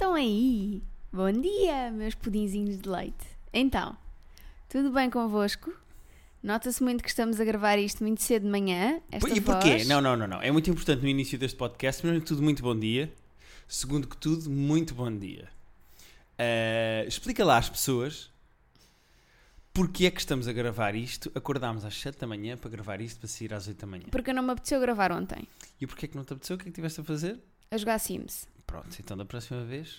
Então é meus pudinzinhos de leite. Então, tudo bem convosco? Nota-se muito que estamos a gravar isto muito cedo de manhã. Esta e porquê? voz. Não, não, não, não. É muito importante no início deste podcast, primeiro que tudo, muito bom dia. Segundo que tudo, muito bom dia. Ah, explica lá às pessoas porque é que estamos a gravar isto. Acordámos às 7 da manhã para gravar isto, para sair às 8 da manhã. Porque não me apeteceu gravar ontem. E porquê é que não te apeteceu? O que é que estiveste a fazer? A jogar Sims. Pronto, então da próxima vez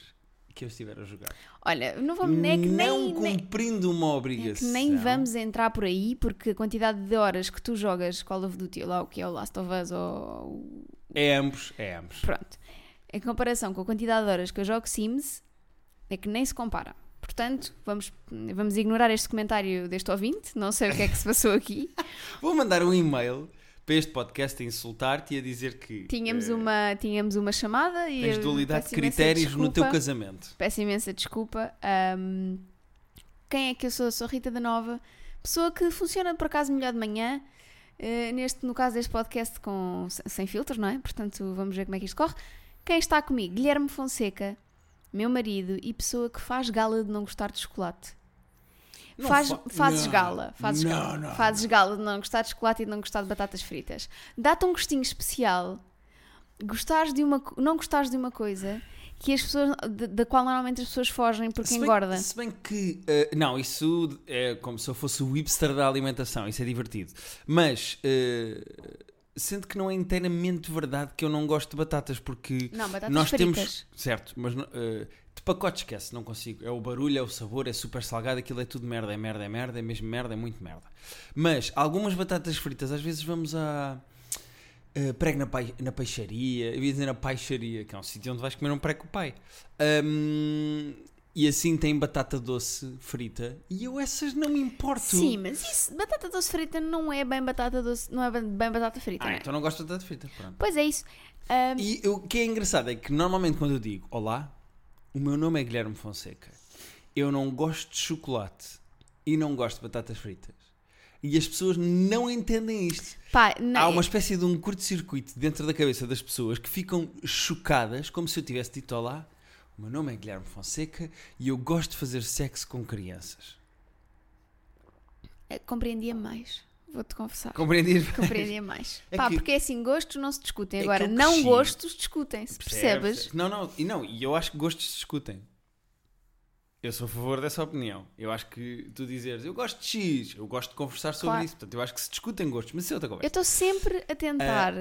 que eu estiver a jogar. Olha, não vamos nem é que não nem, nem- cumprindo uma é que obrigação. nem vamos entrar por aí porque a quantidade de horas que tu jogas Call of Duty, ou lá o que é o Last of Us ou É ambos, é ambos. Pronto. Em comparação com a quantidade de horas que eu jogo Sims, é que nem se compara. Portanto, vamos, vamos ignorar este comentário deste ouvinte. Não sei o que é que se passou aqui. Vou mandar um e-mail para este podcast a insultar-te e a dizer que. Tínhamos, eh, uma, tínhamos uma chamada e. Tens eu dualidade de peço imensa critérios no teu desculpa. casamento. Peço imensa desculpa. Ahm, quem é que eu sou? Sou Rita da Nova, pessoa que funciona por acaso melhor de manhã. eh, neste, no caso deste podcast com, se- sem filtros, não é? Portanto, vamos ver como é que isto corre. Quem está comigo? Guilherme Fonseca, meu marido e pessoa que faz gala de não gostar de chocolate. Não Faz, fa- fazes não, gala, fazes, não, gala, não, fazes gala de não gostar de chocolate e de não gostar de batatas fritas. Dá-te um gostinho especial. Gostares de uma, co- não gostares de uma coisa que as pessoas, de- da qual normalmente as pessoas fogem porque Se bem- engorda. Se bem que. eh, não, isso é como se eu fosse o hipster da alimentação, isso é divertido. Mas. eh, sinto que não é inteiramente verdade que eu não gosto de batatas, porque. Não, batatas nós fritas. temos. Certo, mas. não- eh, de pacote esquece, não consigo. É o barulho, é o sabor, é super salgado, aquilo é tudo merda, é merda, é merda, é mesmo merda, é muito merda. Mas algumas batatas fritas, às vezes vamos a. Eh, prego na, pai- na peixaria, eu ia dizer na peixaria, que é um sítio onde vais comer um prego com o pai. Ahm, e assim tem batata doce frita. E eu essas não me importo. Sim, mas isso, batata doce frita não é bem batata doce, não é bem bem batata frita, Ah, não é? então não gosto de batata frita. Pronto. Pois é isso. Ah, E o que é engraçado é que normalmente quando eu digo Olá, o meu nome é Guilherme Fonseca, eu não gosto de chocolate e não gosto de batatas fritas. E as pessoas não entendem isto. pá, não, é Há uma espécie de um curto-circuito dentro da cabeça das pessoas que ficam chocadas, como se eu tivesse dito Olá, o meu nome é Guilherme Fonseca e eu gosto de fazer sexo com crianças. eh, compreendia mais, vou-te confessar. Compreendes? Compreendia mais. É Pá, que- porque é assim, gostos não se discutem. É Agora, que eu não cresci. É gostos discutem-se, percebes? Não, não, e não, e eu acho que gostos se discutem. Eu sou a favor dessa opinião. Eu acho que tu dizeres, eu gosto de X, eu gosto de conversar sobre Claro. isso. Portanto, eu acho que se discutem gostos, mas isso é outra Eu conversa. estou sempre a tentar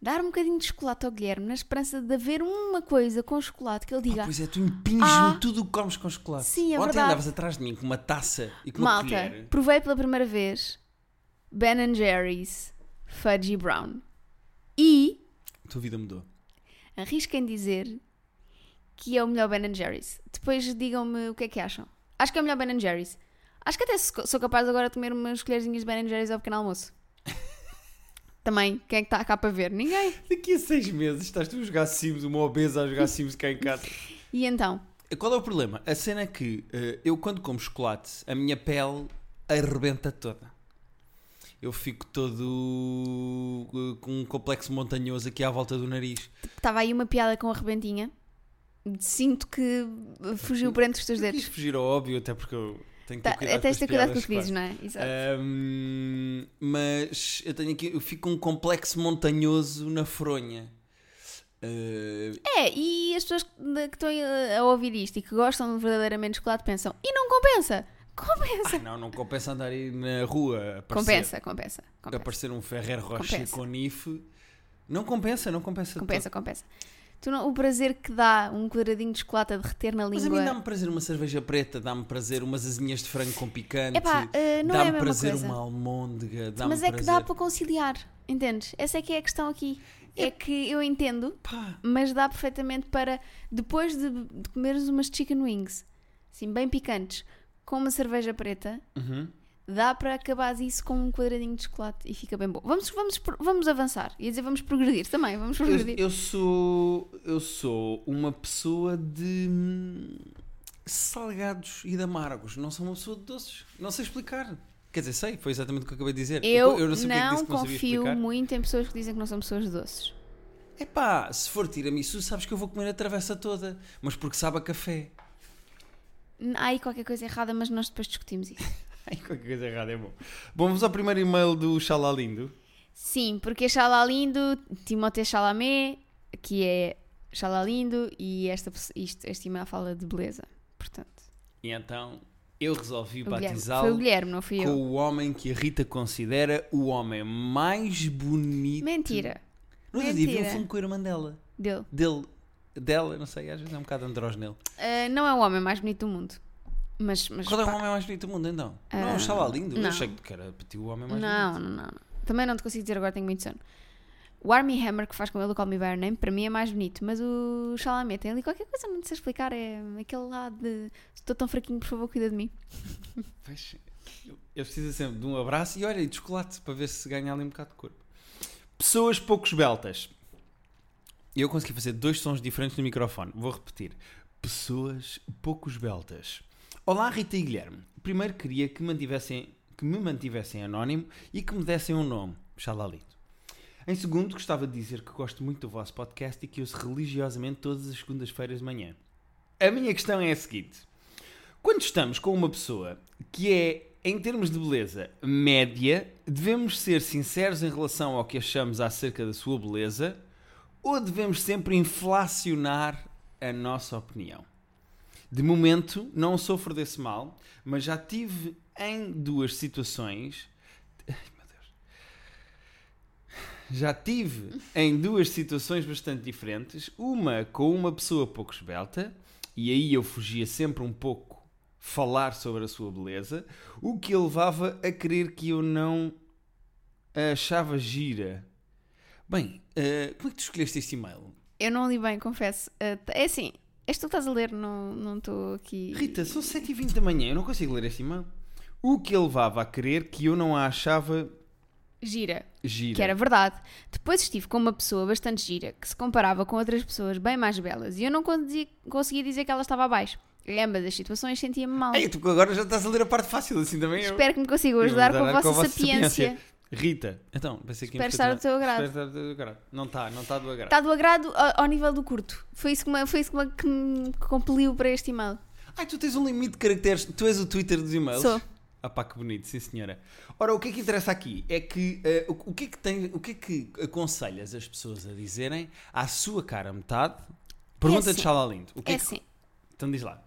dar um bocadinho de chocolate ao Guilherme na esperança de haver uma coisa com chocolate que ele diga. Ah, pois é, tu impinges-me Ah. tudo o que comes com chocolate. Sim, é Ontem verdade. andavas atrás de mim com uma taça e com Malta, uma colher. provei pela primeira vez Ben Jerry's Fudgy Brown. E A tua vida mudou. arrisquem dizer que é o melhor Ben Jerry's. Depois digam-me o que é que acham. Acho que é o melhor Ben Jerry's. Acho que até sou sou capaz agora de comer umas colherzinhas de Ben Jerry's ao pequeno almoço. Também, quem é que está cá para ver? Ninguém. Daqui a seis meses estás tu a jogar Sims, uma obesa a jogar Sims cá em casa. E então? Qual é o problema? A cena é que eh, eu quando como chocolate, a minha pele arrebenta toda. Eu fico todo eh, com um complexo montanhoso aqui à volta do nariz. Estava aí uma piada com a rebentinha. Sinto que fugiu por entre os teus Eu quis dedos. fugir ao óbvio, até porque eu tenho que ter Tá, cuidado tens de com ter as cuidado com o piadas, que Eh, dizes, claro. não é? Exato. Ahm, mas eu tenho aqui, eu fico com um complexo montanhoso na fronha. Eh, É, e as pessoas que que estão a ouvir isto e que gostam verdadeiramente de chocolate pensam: e não compensa! Compensa! ah, não, não compensa andar aí na rua. a assim. aparecer. compensa, compensa, Compensa. compensa. aparecer um Ferrer Rocher Compensa. com NIF. Não compensa, não compensa. de Compensa, compensa. Tu não- o prazer que dá um quadradinho de chocolate a derreter na Mas a mim língua. dá-me prazer uma cerveja preta, dá-me prazer umas asinhas de frango com picante, Epá, eh, não é a dá-me mesma prazer coisa. uma almôndega, dá-me Mas é que prazer... dá para conciliar, entendes? Essa é que é a questão aqui. É que eu entendo, Pá, mas dá perfeitamente para depois de, de comeres umas chicken wings, assim, bem picantes, com uma cerveja preta, uhum. dá para acabar isso com um quadradinho de chocolate e fica bem bom. Vamos, vamos, pro- vamos avançar. Ia dizer, vamos progredir também, vamos eu, progredir. eu sou eu sou uma pessoa de hum, salgados e de amargos, não sou uma pessoa de doces, não sei explicar. Quer dizer, sei, foi exatamente o que eu acabei de dizer. Eu, eu não sei porque é que não disse que não sabia confio explicar. muito em pessoas que dizem que não são pessoas doces. Epá, se for tiramisu, sabes que eu vou comer a travessa toda, mas porque sabe a café. há aí qualquer coisa errada, mas nós depois discutimos isso. Ai, qualquer coisa errada é bom. Bom, vamos ao primeiro e-mail do Xalalindo. Sim, porque Xalalindo, Timothée Chalamet, que é Xalalindo, e esta, pe- isto, este e-mail fala de beleza. Portanto, E então eu resolvi o Guilherme. foi o batizá-lo Guilherme, não fui com eu. o homem que a Rita considera o homem mais bonito. Mentira. No outro dia vi um mentira. filme com a irmã dela. Dele. Dele. Dela, não sei, às vezes é um bocado andros nele. Ah, não é o homem mais bonito do mundo. Mas, mas Qual é o pá, Ah, homem mais bonito do mundo então? não, o Xalalindo. Eu não. achei que era para ti o homem mais bonito. não, não, não, não. Também não te consigo dizer agora, tenho muito sono. O Army Hammer que faz com ele o Call Me By Your Name, para mim é mais bonito, mas o Chalamet tem ali qualquer coisa, não sei explicar, é aquele lado de estou tão fraquinho, por favor, cuida de mim. Pois, eu, eu preciso sempre de um abraço e olha, e de chocolate para ver se ganha ali um bocado de corpo. Pessoas poucos beltas. Eu consegui fazer dois sons diferentes no microfone. Vou repetir. Pessoas poucos beltas. Olá, Rita e Guilherme. Primeiro queria que, mantivessem, que me mantivessem anónimo e que me dessem um nome. Xalalito. Em segundo, gostava de dizer que gosto muito do vosso podcast e que ouço religiosamente todas as segundas-feiras de manhã. A minha questão é a seguinte. Quando estamos com uma pessoa que é, em termos de beleza, média, devemos ser sinceros em relação ao que achamos acerca da sua beleza ou devemos sempre inflacionar a nossa opinião? De momento, não sofro desse mal, mas já tive em duas situações. Ai, meu Deus. Já tive em duas situações bastante diferentes. Uma com uma pessoa pouco esbelta, e aí eu fugia sempre um pouco falar sobre a sua beleza, o que a levava a crer que eu não a achava gira. Bem, eh, como é que tu escolheste este e-mail? Eu não li bem, confesso. Ah, t- É assim, és tu que estás a ler, não não estou aqui. Rita, são 7h20 da manhã, eu não consigo ler este e-mail. O que a levava a crer que eu não a achava Gira, gira. que era verdade. Depois estive com uma pessoa bastante gira, que se comparava com outras pessoas bem mais belas, e eu não consi- conseguia dizer que ela estava abaixo. Em ambas as situações sentia-me mal. Ei, tu agora já estás a ler a parte fácil, assim também eu. Espero que me consigam Eu ajudar com vou a dar vossa, sapiência. Rita, então, pensei que íamos Espero estar do teu continuar. agrado. Espero estar do teu agrado. Não está, não está do agrado. Está do agrado ao, ao nível do curto. Foi isso que me, foi isso que me, que me compeliu para este e-mail. Ai, tu tens um limite de caracteres. Tu és o Twitter dos e-mails? Sou. Ah pá, que bonito, sim senhora. Ora, o que é que interessa aqui? É que eh, o, o que é que tem, o que é que aconselhas as pessoas a dizerem à sua cara metade? Pergunta de assim. Chalalindo. O que É é que- assim. Então diz lá.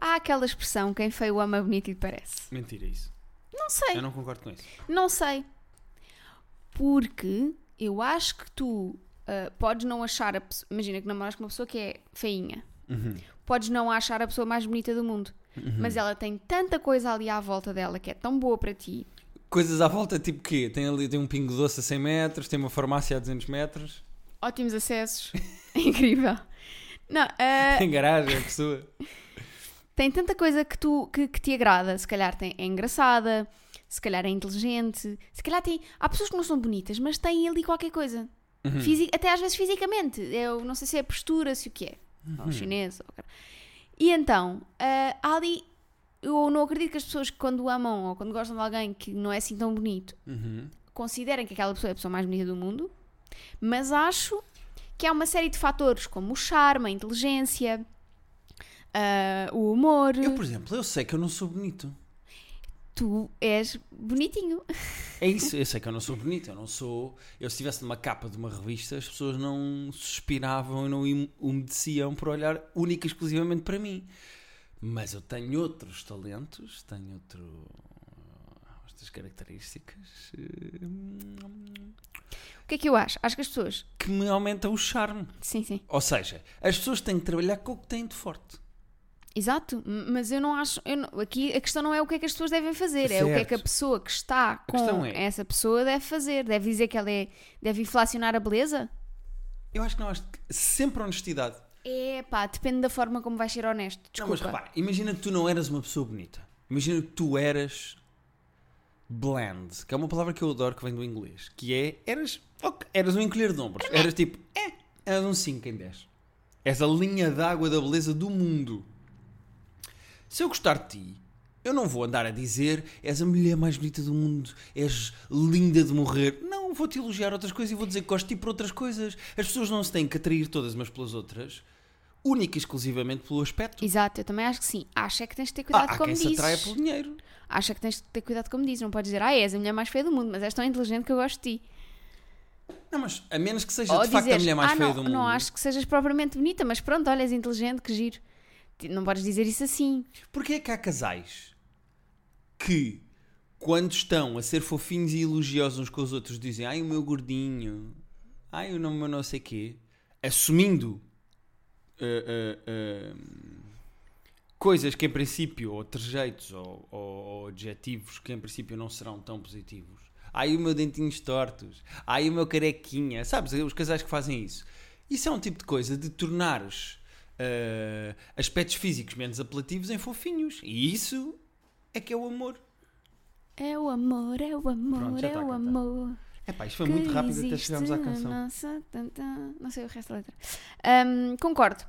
Há aquela expressão, quem feio ama bonito lhe parece. Mentira isso. Não sei. Eu não concordo com isso. Não sei. Porque eu acho que tu ah, podes não achar a pessoa. Imagina que namoras com uma pessoa que é feinha. Podes não achar a pessoa mais bonita do mundo. Mas ela tem tanta coisa ali à volta dela que é tão boa para ti. Coisas à volta, tipo quê? Tem ali tem um pingo doce a 100 metros, tem uma farmácia a 200 metros, Ótimos acessos. Incrível. Não, ah, tem garagem, a pessoa. tem tanta coisa que, tu, que, que te agrada. Se calhar tem, é engraçada, se calhar é inteligente, se calhar tem. Há pessoas que não são bonitas, mas têm ali qualquer coisa. Fisi- até às vezes fisicamente. Eu não sei se é a postura, se o que é. Ou chinês. Ou... E então, ah, há ali. Eu não acredito que as pessoas que quando amam ou quando gostam de alguém que não é assim tão bonito Uhum. considerem que aquela pessoa é a pessoa mais bonita do mundo, mas acho que há uma série de fatores como o charme, a inteligência, ah, o humor. Eu, por exemplo, eu sei que eu não sou bonito. Tu és bonitinho. É isso, eu sei que eu não sou bonito, eu não sou. Eu se estivesse numa capa de uma revista, as pessoas não suspiravam e não im- umedeciam por olhar única e exclusivamente para mim. Mas eu tenho outros talentos, tenho outro. Estas características eh, O que é que eu acho? Acho que as pessoas. que me aumentam o charme. Sim, sim. Ou seja, as pessoas têm que trabalhar com o que têm de forte. Exato, m- mas eu não acho. eu não- aqui a questão não é o que é que as pessoas devem fazer, é o que é que a Certo. pessoa que está questão com é- essa pessoa deve fazer. Deve dizer que ela é. Deve inflacionar a beleza? Eu acho que não, acho que sempre honestidade. É pá, depende da forma como vais ser honesto. Não, Desculpa. mas repara, imagina que tu não eras uma pessoa bonita. Imagina que tu eras bland, que é uma palavra que eu adoro que vem do inglês, que é eras, ok, eras um encolher de ombros. Eras tipo, é, eras um 5 em 10. És a linha d'água da beleza do mundo. Se eu gostar de ti, eu não vou andar a dizer és a mulher mais bonita do mundo, és linda de morrer. Não, vou-te elogiar outras coisas e vou dizer que gosto de ti por outras coisas. As pessoas não se têm que atrair todas umas pelas outras. única e exclusivamente pelo aspecto. Exato, eu também acho que sim. Acho é que tens de ter cuidado ah, há como quem se dizes. atrai pelo dinheiro. Acho é que tens de ter cuidado como dizes. Não podes dizer, ah, és a mulher mais feia do mundo, mas és tão inteligente que eu gosto de ti. Não, mas a menos que seja Ou de facto a dizeres, mulher mais ah, feia não, do mundo. Não acho que sejas propriamente bonita, mas pronto, olha, és inteligente, que giro. Ti- Não podes dizer isso assim. Porquê é que há casais que, quando estão a ser fofinhos e elogiosos uns com os outros, dizem ai o meu gordinho, ai o meu não sei quê, assumindo eh, eh, eh, coisas que em princípio, ou trejeitos, ou, ou- ou adjetivos que em princípio não serão tão positivos. Ai o meu dentinhos tortos, ai o meu carequinha, sabes? Os casais que fazem isso. Isso é um tipo de coisa de tornares eh, aspectos físicos menos apelativos em fofinhos. E isso é que é o amor. É o amor, é o amor, Pronto, já é está a o cantar. amor. Epá, isto foi que muito rápido até existe chegarmos à na canção. nossa- tan, tan. Não sei o resto da letra. Ahm, concordo.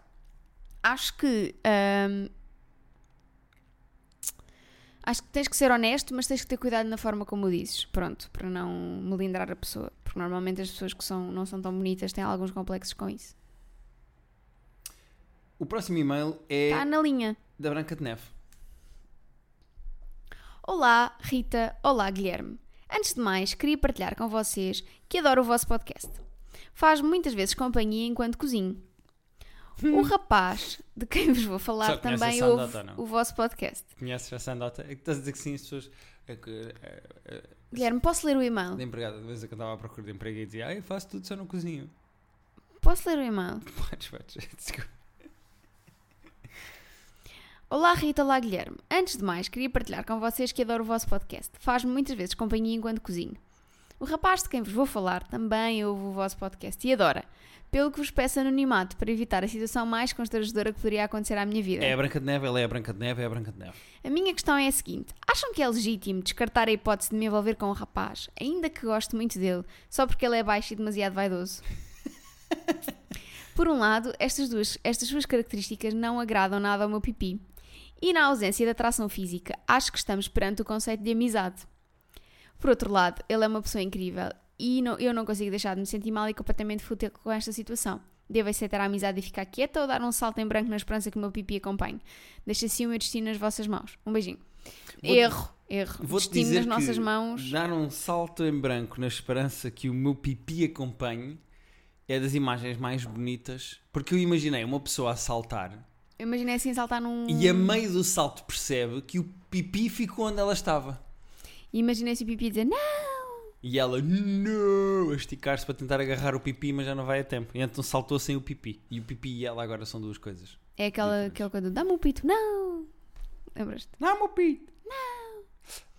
Acho que. ahm, acho que tens que ser honesto, mas tens que ter cuidado na forma como o dizes. Pronto, para não melindrar a pessoa. Porque normalmente as pessoas que são, não são tão bonitas têm alguns complexos com isso. O próximo e-mail é Está Tá na linha. da Branca de Neve. Olá, Rita. Olá, Guilherme. Antes de mais, queria partilhar com vocês que adoro o vosso podcast. Faz muitas vezes companhia enquanto cozinho. O rapaz de quem vos vou Hum. Só falar conhece também essa ouve andota, não? o vosso podcast. Conheces essa andota? É que estás a dizer que sim, as pessoas. é que, é, Guilherme, posso ler o é, da e-mail? empregada, de vez em quando estava à procura de emprego e dizia: Ai, eu faço tudo só no cozinho. Posso ler o e-mail? Podes, podes. Desculpa. Olá, Rita. Olá, Guilherme. Antes de mais, queria partilhar com vocês que adoro o vosso podcast. Faz-me muitas vezes companhia enquanto cozinho. O rapaz de quem vos vou falar também ouve o vosso podcast e adora. Pelo que vos peço anonimato para evitar a situação mais constrangedora que poderia acontecer à minha vida. É a Branca de Neve, ela é a Branca de Neve, é a Branca de Neve. A minha questão é a seguinte: acham que é legítimo descartar a hipótese de me envolver com um rapaz, ainda que goste muito dele, só porque ele é baixo e demasiado vaidoso? Por um lado, estas duas, estas suas características não agradam nada ao meu pipi. E na ausência de atração física, acho que estamos perante o conceito de amizade. Por outro lado, ele é uma pessoa incrível e não- eu não consigo deixar de me sentir mal e completamente fútil com esta situação. Devo aceitar a amizade e ficar quieta ou dar um salto em branco na esperança que o meu pipi acompanhe? Deixa assim o meu destino nas vossas mãos. Um beijinho. Vou- erro, erro. Vou-te destino dizer nas nossas que mãos. dar um salto em branco na esperança que o meu pipi acompanhe é das imagens mais bonitas, porque eu imaginei uma pessoa a saltar Eu imaginei assim saltar num. e a meio do salto percebe que o pipi ficou onde ela estava. E imaginei se o pipi dizer: Não! E ela, não, a esticar-se para tentar agarrar o pipi, mas já não vai a tempo. E então saltou sem o pipi. E o pipi e ela agora são duas coisas. É aquela, Diferente. aquele quando dá-me o pito, não! Lembras-te? Não, meu pito.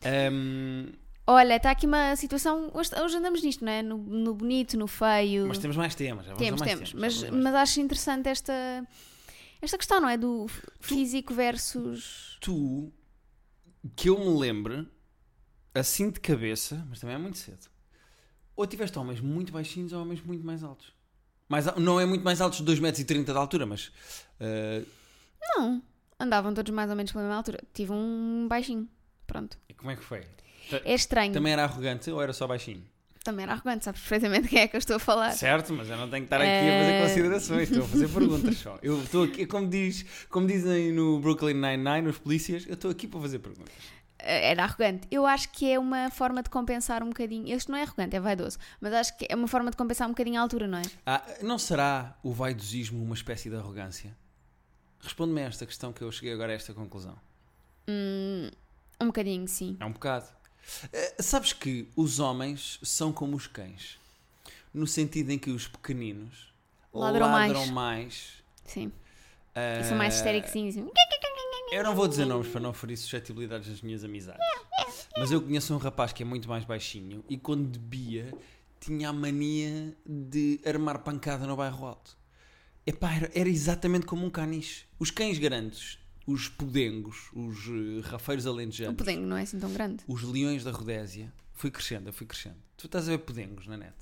Não. Olha, está aqui uma situação. Hoje, hoje andamos nisto, não é? No, no bonito, no feio. mas temos mais temas. já vamos a temos, mais temos. temas, Mas, já vamos a mais mas acho interessante esta, esta questão, não é? Do f- físico versus. tu que eu me lembre assim de cabeça, mas também é muito cedo. Ou tiveste homens muito baixinhos ou homens muito mais altos. Mais, al- não é muito mais altos, 2,30m de altura, mas eh, Não! Andavam todos mais ou menos pela mesma altura. Tive um baixinho. Pronto. como é que foi? É estranho. Também, Também era arrogante ou era só baixinho? era arrogante, sabes perfeitamente quem é que eu estou a falar. Certo, mas eu não tenho que estar aqui a Eh, fazer considerações, estou a fazer perguntas só. Eu estou aqui, como, diz, como dizem no Brooklyn Nine-Nine, os polícias, eu estou aqui para fazer perguntas. É, Era arrogante. Eu acho que é uma forma de compensar um bocadinho. Este não é arrogante, é vaidoso. Mas acho que é uma forma de compensar um bocadinho a altura, não é? Ah, não será o vaidosismo uma espécie de arrogância? Responde-me a esta questão que eu cheguei agora a esta conclusão. Um bocadinho, sim. É um bocado. Eh, sabes que os homens são como os cães, no sentido em que os pequeninos Ladram mais. mais, Sim. eh, E são é mais histéricozinhos. assim. Eu não vou dizer nomes para não ferir suscetibilidades das minhas amizades. É, Mas eu conheço um rapaz que é muito mais baixinho e quando bebia tinha a mania de armar pancada no bairro alto. Epá, era, era exatamente como um caniche. Os cães grandes, os pudengos, os eh, rafeiros O alentejanos, pudengo não é assim tão grande. os leões da Rodésia. Fui crescendo, eu fui crescendo. Tu estás a ver pudengos na net.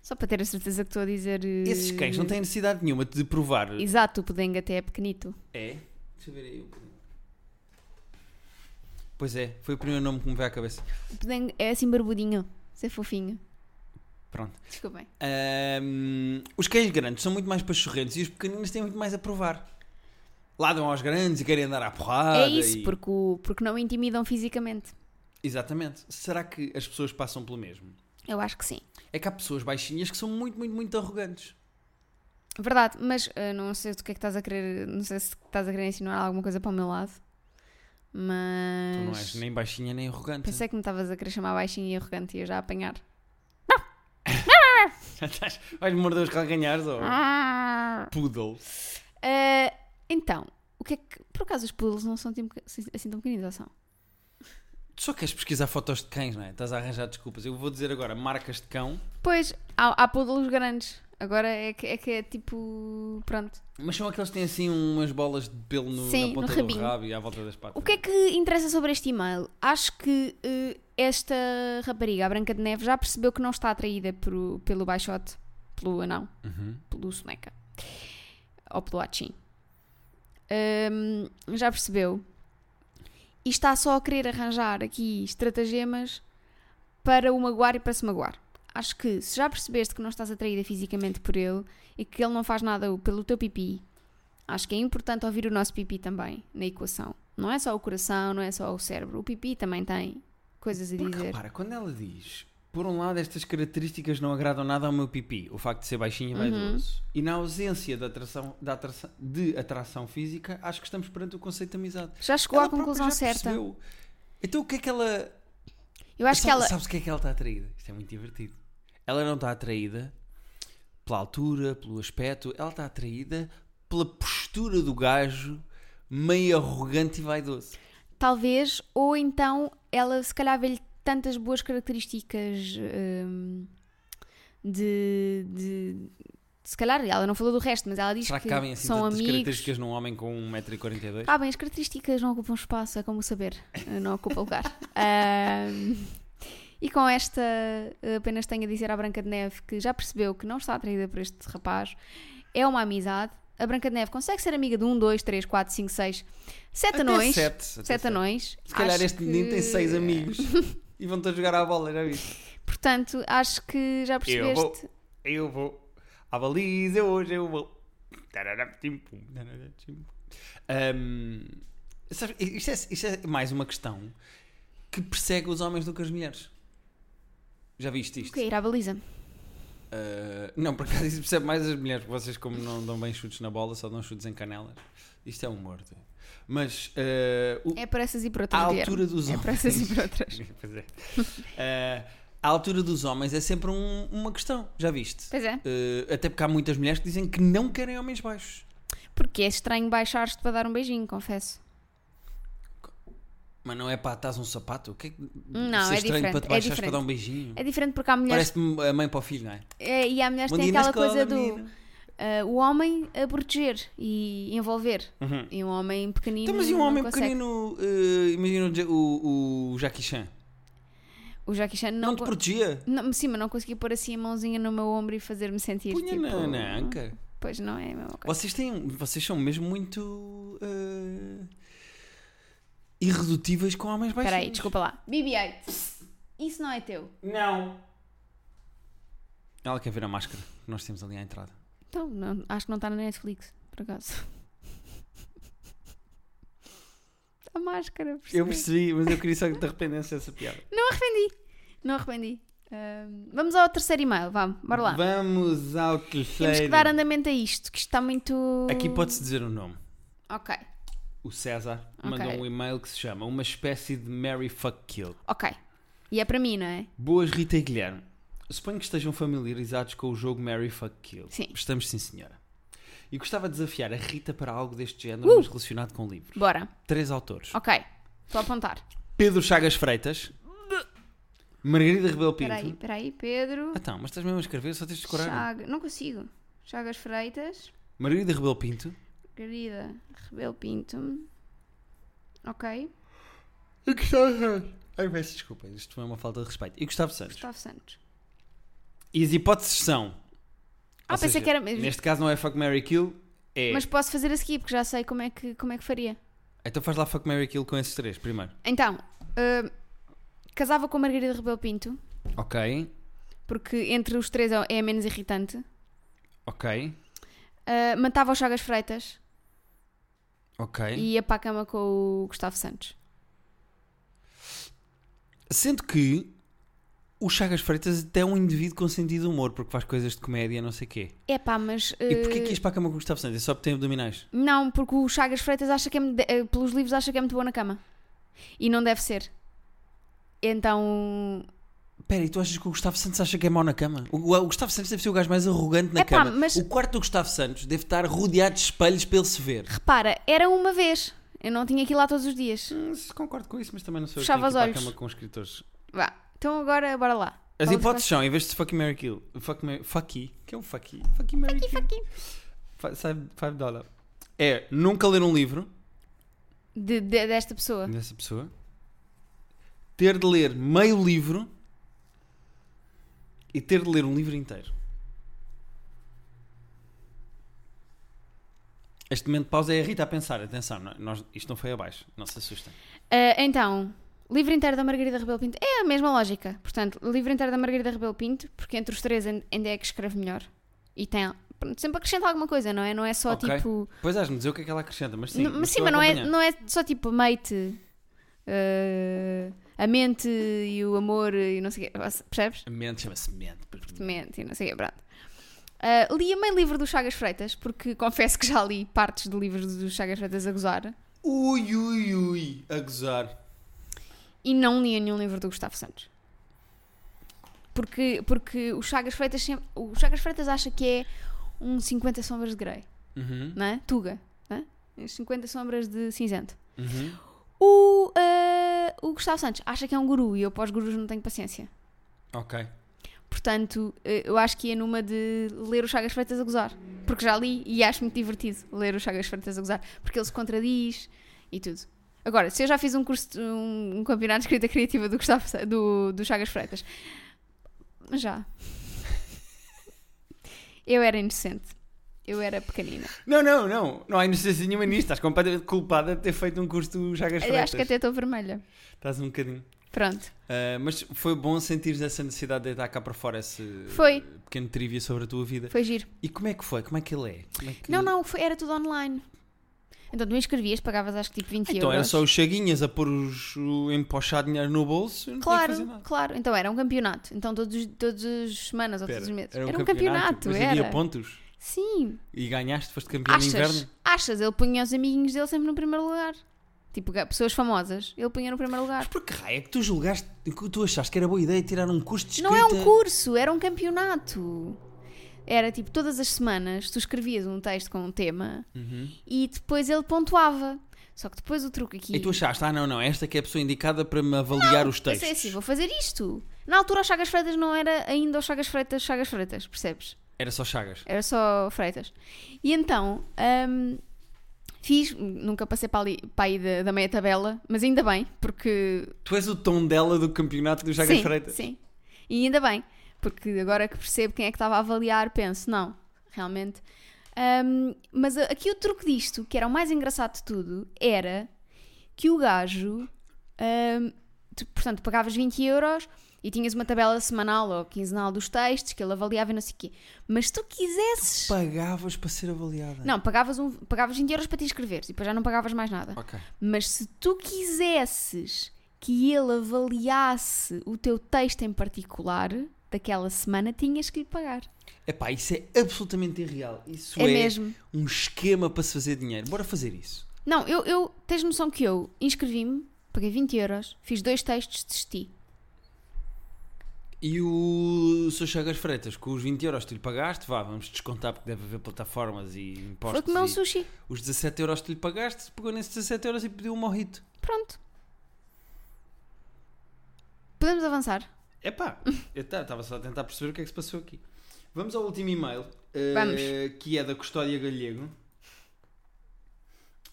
Só para ter a certeza que estou a dizer. eh, Esses cães não têm necessidade nenhuma de provar. Exato, o pudengo até é pequenito. É? Deixa eu ver aí o pudengo. Pois é, foi o primeiro nome que me veio à cabeça. O pudengo é assim barbudinho, ser fofinho. Pronto. Desculpem. Ahm, os cães grandes são muito mais pachorrentos e os pequeninos têm muito mais a provar. Ladram aos grandes e querem andar à porrada. é isso, e- porque, o- porque não intimidam fisicamente. Exatamente. Será que as pessoas passam pelo mesmo? Eu acho que sim. É que há pessoas baixinhas que são muito, muito, muito arrogantes. Verdade, mas ah, não sei do que é que estás a querer. Não sei se estás a querer insinuar alguma coisa para o meu lado. Mas. Tu não és nem baixinha nem arrogante. Pensei que me estavas a querer chamar baixinho e arrogante e eu já a apanhar. Estás- Vais morder os calcanhares ou Ah, poodle. então, o que é que. Por acaso os poodles não são tipo- assim tão pequeninos, ou são? Tu só queres pesquisar fotos de cães, não é? Estás a arranjar desculpas. Eu vou dizer agora marcas de cão, Pois, há, há poodles grandes. Agora é que, é que é tipo. Pronto. mas são aqueles que têm assim umas bolas de pelo no, Sim, na no ponta do rabinho. rabo e à volta das patas. O que é que interessa sobre este e-mail? Acho que eh, esta rapariga, a Branca de Neve, já percebeu que não está atraída por, pelo baixote, pelo anão, Uhum. pelo soneca ou pelo achim. Hum, já percebeu? E está só a querer arranjar aqui estratagemas para o magoar e para se magoar. Acho que se já percebeste que não estás atraída fisicamente por ele e que ele não faz nada pelo teu pipi, acho que é importante ouvir o nosso pipi também na equação. Não é só o coração, não é só o cérebro. O pipi também tem coisas a Porque dizer. repara, quando ela diz, por um lado, estas características não agradam nada ao meu pipi, o facto de ser baixinho e Uhum. vaidoso, e na ausência de atração, de, atração, de atração física, acho que estamos perante o conceito de amizade. Já chegou à Ela própria conclusão já certa. percebeu. Então o que é que ela Eu acho que Sabe- ela. Sabes o que é que ela está atraída? Isto é muito divertido. Ela não está atraída pela altura, pelo aspecto, ela está atraída pela postura do gajo meio arrogante e vaidoso. Talvez, ou então ela se calhar vê-lhe tantas boas características hum, de, de- Se calhar, ela não falou do resto, mas ela diz Será que, que cabem assim são tantas amigos. características num homem com 1,42m? Cabem, as características não ocupam espaço, é como saber, não ocupa lugar. Hum, e com esta, apenas tenho a dizer à Branca de Neve que já percebeu que não está atraída por este rapaz, é uma amizade. A Branca de Neve consegue ser amiga de 1, 2, 3, 4, 5, 6, 7 anões. Sete, Sete anões. Se calhar Acho este menino tem que- seis amigos e vão todos jogar à bola, já viste? Portanto, acho que já Eu vou. percebeste. Eu vou. À baliza hoje eu vou. Tararam, tim, pum, tararam, tim, pum. Ahm, sabes, isto, é, isto é mais uma questão que persegue os homens do que as mulheres. Já viste isto? Ok, ir à baliza. Ah, não, por acaso isso percebe mais as mulheres, porque vocês, como não dão bem chutes na bola, só dão chutes em canelas. Isto é um morto. Mas ah, o- É para essas e para outras, à Guilherme. altura dos É homens. para essas e para outras. Pois é. Ah, à altura dos homens é sempre um- uma questão, já viste? Pois é, Eh, até porque há muitas mulheres que dizem que não querem homens baixos. porque é estranho baixar-te para dar um beijinho, confesso. Mas não é para atar um sapato? O que é que Não, isso é estranho diferente, para te é baixares para diferente. dar um beijinho? É diferente porque há mulheres. Parece-me a mãe para o filho, não é? é, e há mulheres que têm na aquela coisa do menino. ah, o homem a proteger e envolver. Uhum. E um homem pequenino. Então, mas e um não homem consegue. pequenino, eh, imagina o Ja- o, o Jackie Chan, O Jackie Chan não, não. te co- protegia? não- sim, mas não conseguia pôr assim a mãozinha no meu ombro e fazer-me sentir Punha tipo. na, na anca. Pois não é a mesma coisa. Vocês, têm, um, vocês são mesmo muito eh, irredutíveis com homens baixos. Espera aí, desculpa lá. BB-8, isso não é teu. Não. Ela quer ver a máscara que nós temos ali à entrada. Então, não- acho que não está na Netflix, por acaso. Tá A máscara, percebes? Eu percebi, mas eu queria só que te arrependesse dessa piada. Não arrependi. Não arrependi. Ahm, vamos ao terceiro e-mail, vamos, bora lá. Vamos ao Temos que terceiro. dar andamento a isto, que isto está muito. Aqui pode-se dizer o nome. Ok, O César Ok. mandou um e-mail que se chama Uma espécie de Mary Fuck Kill. ok. E é para mim, não é? Boas Rita e Guilherme. Suponho que estejam familiarizados com o jogo Mary Fuck Kill. Sim. Estamos sim, senhora. E gostava de desafiar a Rita para algo deste género, Uh! mas relacionado com livros. Bora. Três autores. Ok, estou a apontar. Pedro Chagas Freitas. Margarida Rebelo Pinto. Espera aí, espera aí, Pedro. Ah, então, mas estás mesmo a escrever, só tens de decorar. Chaga- Não consigo. Chagas Freitas. Margarida Rebelo Pinto. Querida Rebelo Pinto. Ok. E Gustavo Santos. Ai, peço desculpa, isto foi uma falta de respeito. E Gustavo Santos. Gustavo Santos. E as hipóteses são. Ah, Ou pensei seja, que era mesmo. Neste caso não é Fuck Mary Kill, é. Mas posso fazer a seguir, porque já sei como é que, como é que faria. Então faz lá Fuck Mary Kill com esses três, primeiro. eh, Então, ah, casava com Margarida Rebelo Pinto, Ok. porque entre os três é é a menos irritante. Ok, Ah, matava o Chagas Freitas ok. e ia para a cama com o Gustavo Santos. Sendo que o Chagas Freitas até é um indivíduo com sentido de humor, porque faz coisas de comédia, não sei quê. É pá, mas. E porquê ah, que ias para a cama com o Gustavo Santos? É só porque tem abdominais. Não, porque o Chagas Freitas acha que é, muito- eh, pelos livros acha que é muito boa na cama. E não deve ser. Então. Pera, e tu achas que o Gustavo Santos acha que é mau na cama? O, o Gustavo Santos deve ser o gajo mais arrogante na Epá, cama. mas- O quarto do Gustavo Santos deve estar rodeado de espelhos para ele se ver. Repara, era uma vez. Eu não tinha que ir lá todos os dias. Hum, se Concordo com isso, mas também não sou Fechava eu que tenho os que ir para a olhos. cama com os escritores. Vá, então agora bora lá. As Vamos hipóteses são, em vez de fuck Mary Kill, fuck Mary, fuck E, que é o fuck E, fuck E, Mary Kill. fuck E. Fa- sabe- five dollar. É, nunca ler um livro de- de- desta pessoa. dessa pessoa, ter de ler meio livro e ter de ler um livro inteiro. Este momento de pausa é a Rita a pensar, atenção, não- é? nós, isto não foi abaixo, não se assustem. Ah, então, livro inteiro da Margarida Rebelo Pinto. É a mesma lógica. Portanto, livro inteiro da Margarida Rebelo Pinto, porque entre os três ainda ainda é que escreve melhor. E tem. pronto, sempre acrescenta alguma coisa, não é? Não é só Ok. tipo. Pois hás-me dizer o que é que ela acrescenta, mas sim, Não- mas sim, estou a mas não é, acompanhar. não é só tipo mate, eh, a mente e o amor e não sei o quê. Percebes? A mente chama-se mente. Mente e não sei o quê, pronto. Eh, li a meio livro do Chagas Freitas, porque confesso que já li partes de livros do Chagas Freitas a gozar Ui, ui, ui, a gozar. e não li nenhum livro do Gustavo Santos. Porque, porque o Chagas Freitas sempre, o Chagas Freitas acha que é um 50 sombras de Grey, Uhum, não é? Tuga, não é? 50 sombras de cinzento. uhum. O, eh, o Gustavo Santos acha que é um guru e eu para os gurus não tenho paciência. Ok. Portanto, eh, eu acho que ia numa de ler o Chagas Freitas a gozar. Porque já li e acho muito divertido ler o Chagas Freitas a gozar. Porque ele se contradiz e tudo. Agora, se eu já fiz um curso, de- um, um campeonato de escrita criativa do, Gustavo, Sa- do, do Chagas Freitas, já. Eu era inocente. Eu era pequenina. Não, não, não. Não há inocência nenhuma nisto. Estás completamente culpada de ter feito um curso do Chagas Eu Freitas. acho que até estou vermelha. Estás um bocadinho. Pronto. Ah, mas foi bom sentires essa necessidade de deitar cá para fora esse Foi. pequeno trivia sobre a tua vida. Foi giro. E como é que foi? Como é que ele é? Como é que- Não, não, foi- era tudo online. Então tu inscrevias, pagavas acho que tipo 20 Então era euros. só os chaguinhas a pôr os, o empochar dinheiro no bolso e não podia fazer Claro, nada. claro. Então era um campeonato. Então todos, os- todas as semanas ou Espera, todos os meses. Era um campeonato, mas era. havia pontos. Sim. E ganhaste, foste campeão de Achas? inverno. Achas? Ele punha os amiguinhos dele sempre no primeiro lugar. Tipo, ga- pessoas famosas, ele punha no primeiro Mas lugar. por que raio é que tu julgaste, que tu achaste que era boa ideia tirar um curso de escrita? Não é um curso, era um campeonato. Era tipo, todas as semanas tu escrevias um texto com um tema Uhum. e depois ele pontuava. Só que depois o truque aqui. E tu achaste, ah não, não, esta que é a pessoa indicada para me avaliar os Eu textos. sei assim, vou fazer isto. Na altura, o Chagas Freitas não era ainda o Chagas Freitas, Chagas Freitas, percebes? Era só Chagas. Era só Freitas. E então, hum, fiz, nunca passei para, ali, para aí da, da meia tabela, mas ainda bem, porque. Tu és o tom dela do campeonato do Chagas sim, Freitas. Sim. E ainda bem, porque agora que percebo quem é que estava a avaliar, penso, não, realmente. Hum, mas a- aqui o truque disto, que era o mais engraçado de tudo, era que o gajo. hum, tu, portanto, pagavas 20 euros e tinhas uma tabela semanal ou quinzenal dos textos que ele avaliava e não sei o quê. Mas se tu quisesses. Pagavas para ser avaliada. Não, pagavas, um, pagavas 20 euros para te inscreveres e depois já não pagavas mais nada. Ok. Mas se tu quisesses que ele avaliasse o teu texto em particular daquela semana, tinhas que lhe pagar. Epá, isso é absolutamente irreal. Isso é, é mesmo. um esquema para se fazer dinheiro. Bora fazer isso. Não, eu, eu tens noção que eu inscrevi-me, paguei 20 euros, fiz dois textos, desisti. E o Sr. Chagas Freitas, com os 20 euros que tu lhe pagaste, vá, vamos descontar porque deve haver plataformas e Foi impostos. comer um e sushi. Os 17 euros que tu lhe pagaste, pegou nesses 17 euros e pediu um morrito. Pronto. Podemos avançar? Epá, eu estava só a tentar perceber o que é que se passou aqui. Vamos ao último e-mail, eh, Vamos. que é da Custódia Galego.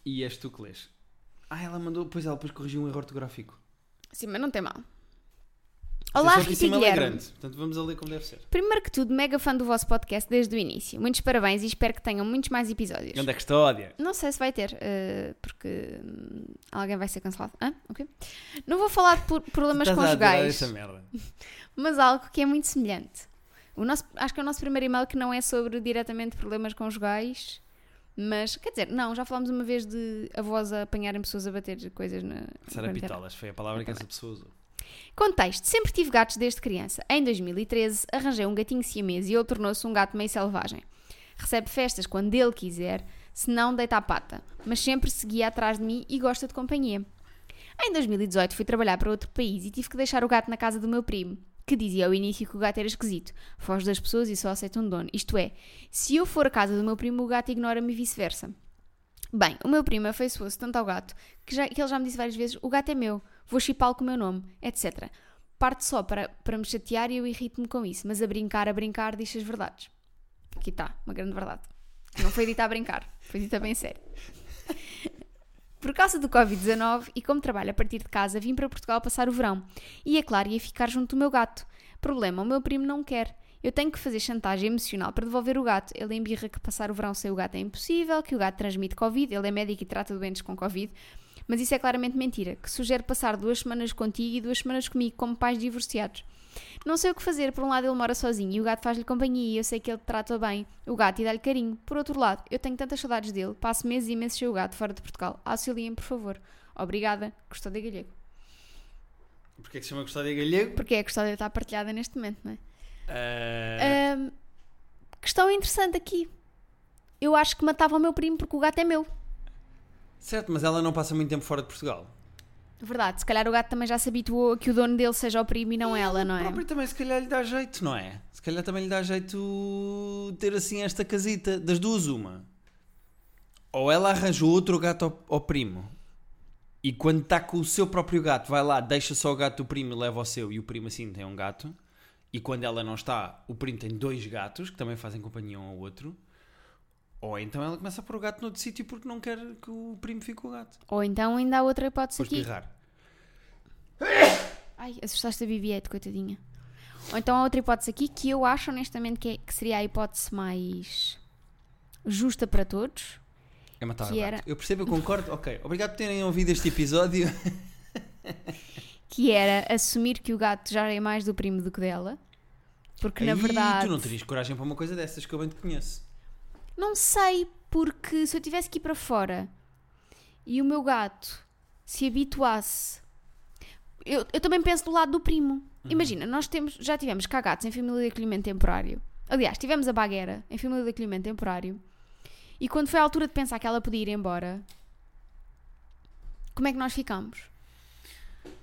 E és tu que lês. Ah, ela mandou, pois ela depois corrigiu um erro ortográfico. Sim, mas não tem mal. Mas é Olá, só que Rita esse e e-mail é Guilherme. grande, portanto vamos a ler como deve ser. Primeiro que tudo, mega fã do vosso podcast desde o início. Muitos parabéns e espero que tenham muitos mais episódios. Grande Custódia. Não sei se vai ter, eh, porque hum, alguém vai ser cancelado. Hã? Ok. Não vou falar de por- problemas Estás a adorar conjugais. essa merda. mas algo que é muito semelhante. O nosso, acho que é o nosso primeiro e-mail que não é sobre diretamente problemas conjugais, mas quer dizer, não, já falámos uma vez de avós a apanharem pessoas a bater coisas na. na Sara quarentena. Pitolas foi a palavra que essa pessoa usou. Contexto: sempre tive gatos desde criança. Em 2013, arranjei um gatinho siamês e ele tornou-se um gato meio selvagem. Recebe festas quando ele quiser, se não deita a pata, mas sempre seguia atrás de mim e gosta de companhia. Em 2018 fui trabalhar para outro país e tive que deixar o gato na casa do meu primo, que dizia ao início que o gato era esquisito, foge das pessoas e só aceita um dono. Isto é, se eu for à casa do meu primo, o gato ignora-me e vice-versa. Bem, o meu primo afeiçoou-se tanto ao gato que, já- que ele já me disse várias vezes: o gato é meu, vou chipá-lo com o meu nome, etc. Parte só para, para me chatear e eu irrito-me com isso, mas a brincar, a brincar, diz as verdades. Aqui está, uma grande verdade. Não foi dita a brincar, foi dita bem sério. Por causa do Covid-19 e como trabalho a partir de casa, vim para Portugal passar o verão. E é claro, ia ficar junto do meu gato. Problema, o meu primo não quer. Eu tenho que fazer chantagem emocional para devolver o gato. Ele embirra que passar o verão sem o gato é impossível, que o gato transmite Covid, ele é médico e trata doentes com Covid. Mas isso é claramente mentira, que sugere passar duas semanas contigo e duas semanas comigo, como pais divorciados. Não sei o que fazer, por um lado ele mora sozinho e o gato faz-lhe companhia e eu sei que ele trata bem o gato e dá-lhe carinho. Por outro lado, eu tenho tantas saudades dele, passo meses e imensos sem o gato fora de Portugal. Auxiliem, por favor. Obrigada, Custódia Galego. Porquê é que se chama Custódia Galego? Porque a Custódia está partilhada neste momento, não é? Ah, Ahm, questão interessante aqui. Eu acho que matava o meu primo porque o gato é meu. Certo, mas ela não passa muito tempo fora de Portugal. Verdade, se calhar o gato também já se habituou a que o dono dele seja o primo e não ela, não é? Próprio também, se calhar lhe dá jeito, não é? Se calhar também lhe dá jeito ter assim esta casita. Das duas, uma. Ou ela arranja outro gato ao, ao primo. E quando está com o seu próprio gato, vai lá, deixa só o gato do primo e leva o seu. E o primo assim tem um gato. E quando ela não está, o primo tem dois gatos que também fazem companhia um ao outro. Ou então ela começa a pôr o gato noutro sítio porque não quer que o primo fique com o gato. Ou então ainda há outra hipótese Vou aqui. espirrar. Ai, assustaste a Bibiette, coitadinha. Ou então há outra hipótese aqui que eu acho honestamente que, é- que seria a hipótese mais justa para todos. É matar Que o era- gato. Eu percebo, eu concordo. ok, obrigado por terem ouvido este episódio. Que era assumir que o gato já é mais do primo do que dela. Porque na Ai, verdade. Tu não terias coragem para uma coisa dessas que eu bem te conheço. Não sei, porque se eu tivesse que ir para fora e o meu gato se habituasse. Eu, eu também penso do lado do primo. Imagina, nós temos, já tivemos cá gatos em família de acolhimento temporário. Aliás, tivemos a Baguera em família de acolhimento temporário. E quando foi a altura de pensar que ela podia ir embora, como é que nós ficámos?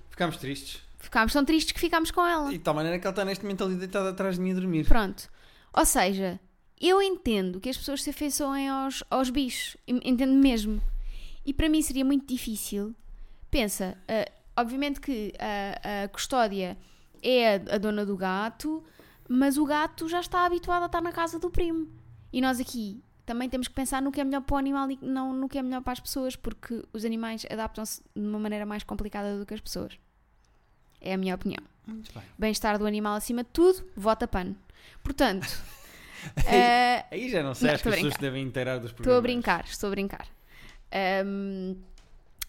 Ficámos tristes. Ficámos tão tristes que ficámos com ela. E de tal maneira que ele está neste momento ali deitado atrás de mim a dormir. Pronto. Ou seja, eu entendo que as pessoas se afeiçoem aos, aos bichos. Em- Entendo mesmo. E para mim seria muito difícil. Pensa, ah, obviamente que a, a custódia é a, a dona do gato, mas o gato já está habituado a estar na casa do primo. E nós aqui também temos que pensar no que é melhor para o animal e não no que é melhor para as pessoas, porque os animais adaptam-se de uma maneira mais complicada do que as pessoas. É a minha opinião Muito bem. bem-estar do animal acima de tudo, vota PAN. Portanto, eh, Aí já não sei, Não, acho que estou a as pessoas se devem inteirar dos É problemas. estou a brincar, estou a brincar. Ahm,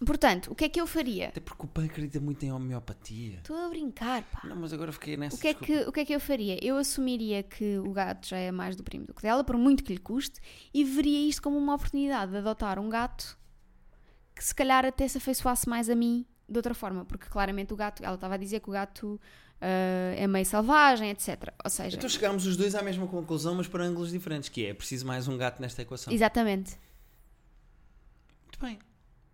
portanto, o que é que eu faria? Até porque o pai acredita muito em homeopatia. Estou a brincar, pá. Não, mas agora fiquei nessa. O que, é que, o que é que eu faria? Eu assumiria que o gato já é mais do primo do que dela, por muito que lhe custe, e veria isto como uma oportunidade de adotar um gato que se calhar até se afeiçoasse mais a mim de outra forma, porque claramente o gato, ela estava a dizer que o gato eh, é meio selvagem, etc. Ou seja, Então chegámos os dois à mesma conclusão, mas para ângulos diferentes, que é, é preciso mais um gato nesta equação. exatamente. Muito bem.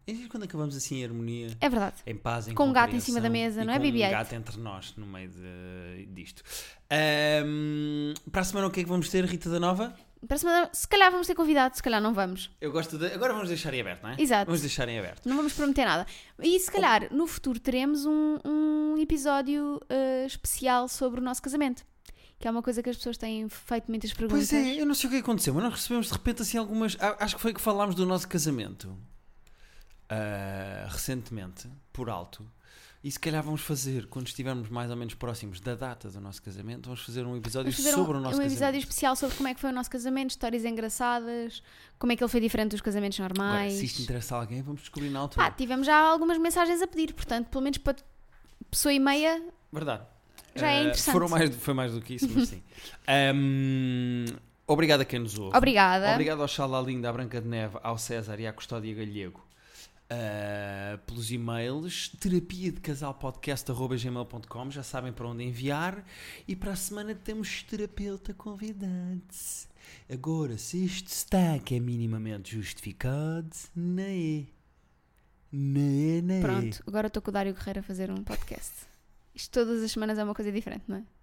E quando acabamos assim em harmonia, É verdade. em paz, em Com um gato em cima compreensão da mesa, e não é, com BB-8? um gato entre nós no meio de, disto. Ahm, para a semana o que é que vamos ter, Rita da Nova? Para a semana, se calhar vamos ter convidado, se calhar não vamos. Eu gosto de. Agora vamos deixar em aberto, não é? Exato. Vamos deixar em aberto. Não vamos prometer nada. E se calhar no futuro teremos um, um episódio eh, especial sobre o nosso casamento. Que é uma coisa que as pessoas têm feito muitas perguntas. Pois é, eu não sei o que aconteceu, mas nós recebemos de repente assim algumas. a- Acho que foi que falámos do nosso casamento ah, recentemente, por alto. E se calhar vamos fazer, quando estivermos mais ou menos próximos da data do nosso casamento, vamos fazer um episódio Vamos fazer sobre um, o nosso um casamento. episódio especial sobre como é que foi o nosso casamento, histórias engraçadas, como é que ele foi diferente dos casamentos Agora, normais. se isto interessa a alguém, vamos descobrir na altura. Pá, tivemos já algumas mensagens a pedir, portanto, pelo menos para pessoa e meia Verdade. Já é Eh, interessante. Foram mais, foi mais do que isso, mas sim. Ahm, obrigado a quem nos ouve. Obrigada. Obrigado ao Xalá Linda, à Branca de Neve, ao César e à Custódia Galego ah, pelos e-mails. Terapia de casal podcast.gmail.com. Já sabem para onde enviar. E para a semana temos terapeuta convidante. Agora, se este destaque é minimamente justificado, não é. Não é, não é. Né? Pronto, agora estou com o Dário Guerreiro a fazer um podcast. Isto todas as semanas é uma coisa diferente, não é?